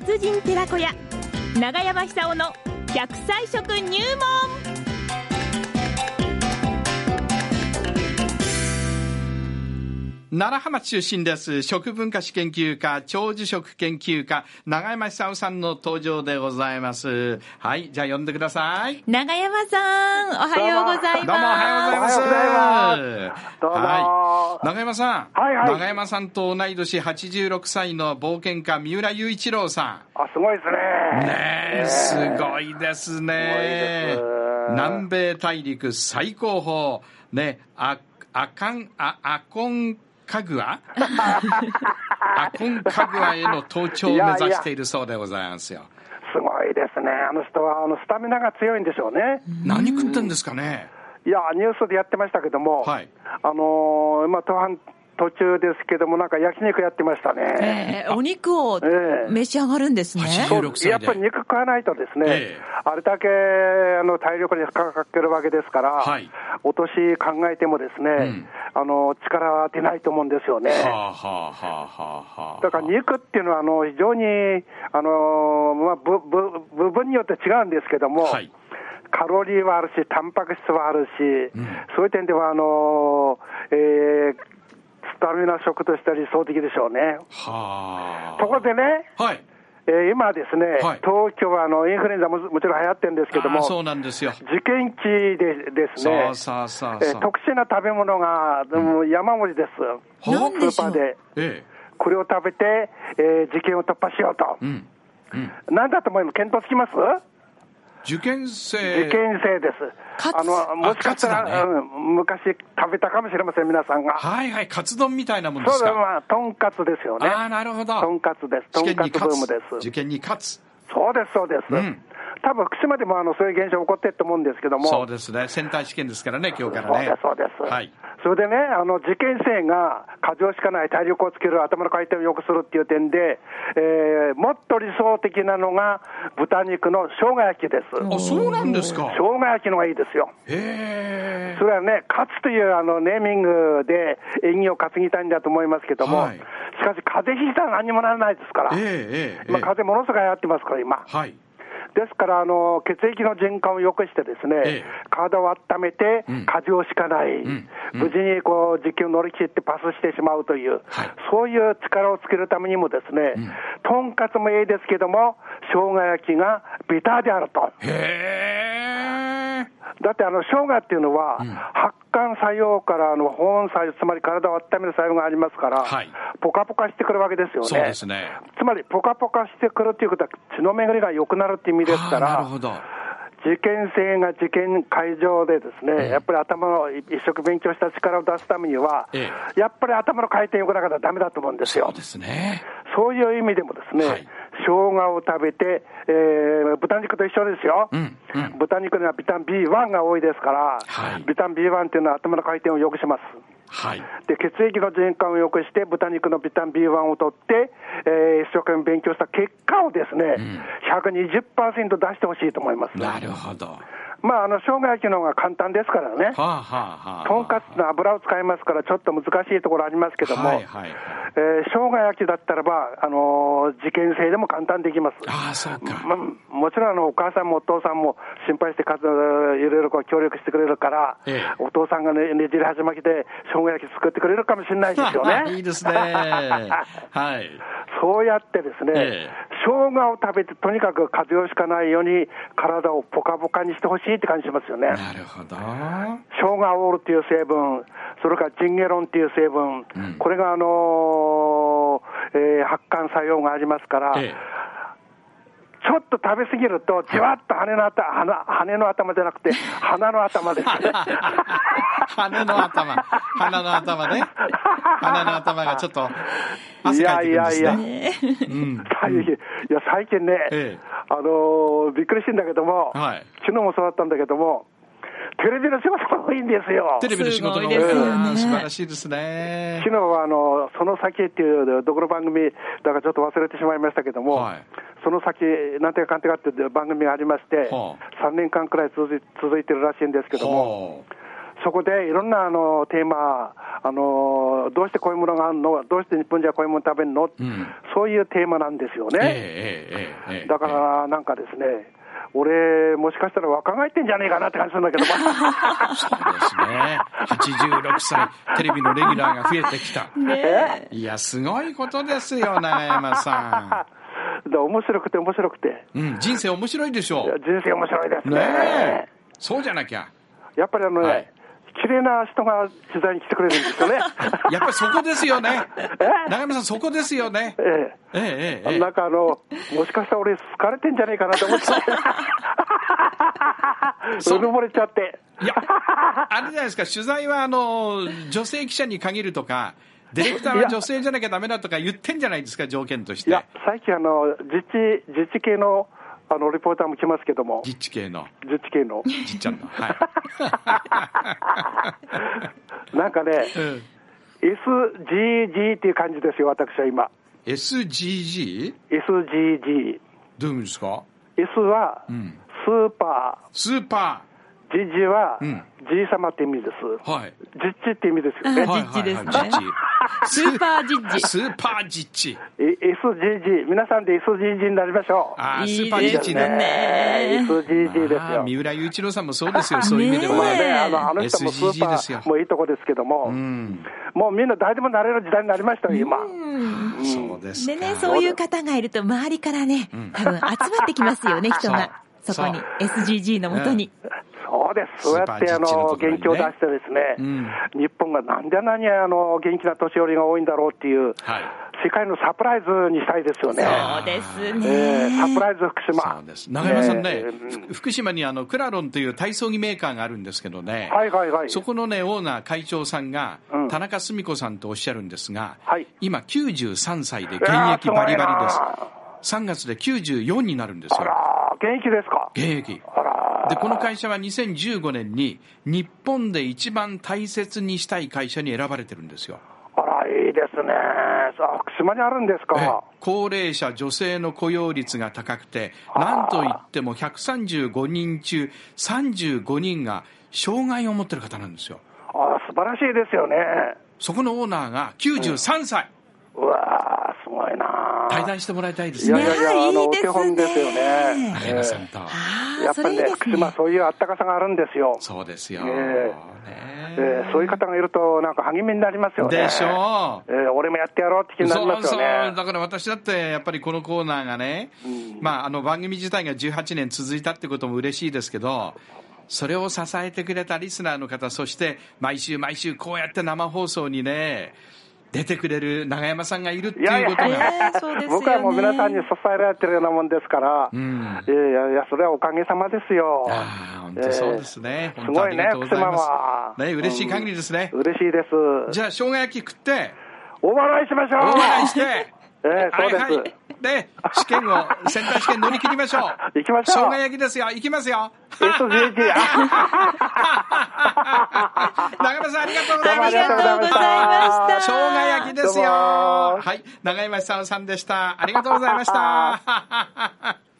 風神寺子屋長山久夫の百歳食入門奈良浜出身です食文化史研究家長寿食研究家長山久夫さんの登場でございますはいじゃあ呼んでください長山さんおはようございますどうもおはようございますおはようございますどうもはい、長山さん、はいはい長山さんと同い年86歳の冒険家三浦雄一郎さあ、すごいですんね。ねえすごいですねすごいです南米大陸最高峰ねああかんああこんかぐ わあこんかぐわへの登頂を目指しているそうでございますよすごいですね。あの人は、あの、スタミナが強いんでしょうね。何食ってんですかねいや、ニュースでやってましたけども、はいあのー、今、途半途中ですけども、なんか焼肉やってましたね。えーお肉をええ召し上がるんですね、 8016歳でやっぱり肉食わないとですね、ええあれだけあの体力に負荷がかけるわけですから、はいお年考えてもですね、あの力は出ないと思うんですよね。はあはあはあはあはあだから肉っていうのは、あの非常にあの、まあぶぶ、部分によって違うんですけども、はいカロリーはあるし、タンパク質はあるし、そういう点ではあの、えースタミナ食としては理想的でしょうね。はあところでね、はいえー今ですね、はい東京はあのインフルエンザももちろん流行ってるんですけどあもあ、そうなんですよ受験期でですそねう、そうそうえそーう特殊な食べ物が、もう山盛りです、ほなうんでしスょうーパーで。ええこれを食べて、えー受験を突破しようと。うんうんなんだと思います検討つきます、受験生受験生です。カツあの、もしかしたあカツら、だねうん昔食べたかもしれません、皆さんが。はいはいカツ丼みたいなもんでそうすだ、かまあ、とんかつですよね。ああなるほどとんかつです。とんかつブームで受す。験に勝つそうです、そうです。うん多分、福島でもあのそういう現象起こってると思うんですけども。そうですねセンター試験ですからね今日かそうらでねす、そうです。はいそれでね、あの受験生が過剰しかない体力をつける、頭の回転を良くするっていう点で、えーもっと理想的なのが、豚肉の生姜焼きです。あそうなんですか生姜焼きの方がいいですよ。へえそれはね、カツというあのネーミングで演技を担ぎたいんだと思いますけども、はいしかし風邪ひいたら何にもならないですから、えええええまあ、え風邪ものすごい流行ってますから、今。はいですから、あの、血液の循環を良くしてですえねえ、体を温めてん、風邪をしかない、ん無事にこう、実験を乗り切ってパスしてしまうという、はいそういう力をつけるためにもですね、とんかつもいいですけども、生姜焼きがビターであると。へえだってあの生姜っていうのは、発汗作用からあの保温作用、つまり体を温める作用がありますから、はいポカポカしてくるわけですよね。そうですねつまり、ポカポカしてくるということは、血の巡りが良くなるっていう意味ですあかあなるら、ほど受験生が受験会場でですね、やっぱり頭を一生勉強した力を出すためには、えやっぱり頭の回転良くなかったらダメだと思うんですそうよで。すねそういう意味でもですね、はい生姜を食べて、えー豚肉と一緒ですよ、んうん豚肉にはビタミン B1 が多いですから、はいビタミン B1 っていうのは頭の回転を良くします。はいで血液の循環を良くして、豚肉のビタミン B1 を取って、えー一生懸命勉強した結果をですね、120%出してほしいと思います。なるほどはまあ、あの生姜焼きの方が簡単ですからねあ、はあはあとんかつの油を使いますから、ちょっと難しいところありますけども、はいはいはいえー生姜焼きだったらば、あのー受験生でも簡単にできます。ああそうかま、もちろんあのお母さんもお父さんも心配してかつ、いろいろこう協力してくれるから、ええお父さんがねねじり始まきで生姜焼き作ってくれるかもしれないですよね。 いいですねはい そうやってですね、ええ生姜を食べてとにかく風邪をひかないように体をポカポカにしてほしいって感じしますよね。なるほどは生姜オールっていう成分、それからジンゲロンっていう成分、これが、あのーえー発汗作用がありますから、ええちょっと食べ過ぎると、じわっと羽の頭、鼻羽の頭じゃなく て、鼻の頭です。鼻の頭、鼻の頭ね。鼻の頭がちょっとい汗かやいていくるんでやすいね。や、うん、最近いや最近ね、ええあのーびっくりしてんだけども、はい昨日もそうだったんだけども、テレビの仕事が多いんですよ。テレビの仕事すのごいですよねうん素晴らしいですね昨。日はあのその先っていうどこの番組だかちょっと忘れてしまいましたけども、はいその先、なんていうかかんていうかっていう番組がありまして、は3年間くらい続い続いてるらしいんですけども、ほうそこでいろんなあのテーマあの、どうしてこういうものがあるの、どうして日本人はこういうもの食べるの、んそういうテーマなんですよええね。ええええええだからなんかですね、俺、もしかしたら若返ってんじゃねえかなって感じするんだけど、そうですね86歳テレビのレギュラーが増えてきたえいやすごいことですよ永山さ で面白くて面白くて、ん、うん、人生面白いでしょ人生面白いですうね。ねえそうじゃなきゃやっぱりあのね、はい綺麗な人が取材に来てくれるんで すよね。 やっぱりそこですよね永山さんそこですよねええええええ、えなんかあの、もしかしたら俺、疲れてんじゃねえかなと思って、 そううぬぼれちゃって、いや、あれじゃないですか、取材はあの女性記者に限るとか、ディレクターは女性じゃなきゃだめだとか言ってんじゃないですか、条件としいてや、、最近あの自治、自治系のあのリポーターも来ますけども、実地系の、自治系の、じっちゃんの、はい、なんかね、 うん SGG っていう感じですよ、私は今、 SGG? SGG、どういうんですか、 S はうん、スーパスーパー、G は、うん G 様って意味です。ー、はい、実地って意味ですよね。はいはえい実地ですねはい実地スーパージッジスーパー実地、 SGG、皆さんで SGG になりましょう。あいーいですねスーパー実地ね、ね SGG ですあーよ。三浦雄一郎さんもそうですよ、そういう意味でねはまあね。ね、あの、あの人もス SGG ーパですよーもいいとこですけども、うん、もうみんな誰でもなれる時代になりましたよ、今。そうですか。でね、そういう方がいると、周りからね、多分集まってきますよね、人が。そうそこにそう、 SGG のもとに。そうです。そうやって、スーあパー実地のの、ところにね元気を出してですね、日本がなんであんなに、あの、元気な年寄りが多いんだろうっていう、はい世界のサプライズにしたいですよね。そうですえーサプね。ライズ福島。そうです。長山さんね、えふー福島にあのクラロンという体操着メーカーがあるんですけどね、はいはいはい。そこのねオーナー会長さんが、うん田中澄子さんとおっしゃるんですが、はい今93歳で現あーす役ごいなバリバリです。3月で94になるんですあよ。ら、元気ですか。現役。あら。でこの会社は2015年に日本で一番大切にしたい会社に選ばれてるんですよ。あら、いいですね。さあ、福島にあるんですええか。高齢者女性の雇用率が高くてなんといっても135人中35人が障害を持ってる方なんですよあ素晴らしいですよね。そこのオーナーが93歳うわあすごいな対談してもらいたいですいやいねやねいや、あの、いいおですね手本ですよね。永山さんとあやあ、っそぱりれいいね、です福ね島。そういうあったかさがあるんですよ。そうですよ、ねねえーそういう方がいると、なんか励みになりますよね。でしょうえー俺もやってやろうって気になりそまうすそう、よね。だから私だってやっぱりこのコーナーがね、まあ、あの番組自体が18年続いたってことも嬉しいですけど、それを支えてくれたリスナーの方、そして毎週毎週こうやって生放送にね、出てくれる永山さんがいるっていうことが、ええそうですよね。僕はもう皆さんに支えられてるようなもんですから、んえーいやいや、それはおかげさまですよ。ああ、本当そうですね。えー本当ありがすとうごいごね、福ざい島まは。す。ね、嬉しい限りですねう。ん嬉しいです。じゃあ、生姜焼き食って、お笑いしましょうお笑いして、え哎えそうです、はいはい。で、試験を、センター試験乗り切りましょう。行きましょ生う姜焼きですよ。行きますよ。 SGG 長山さん、ありがとうごあざいまりしがたとう。ございました。生姜焼きですよ。どうもはい。長山久夫さんでした。ありがとうございました。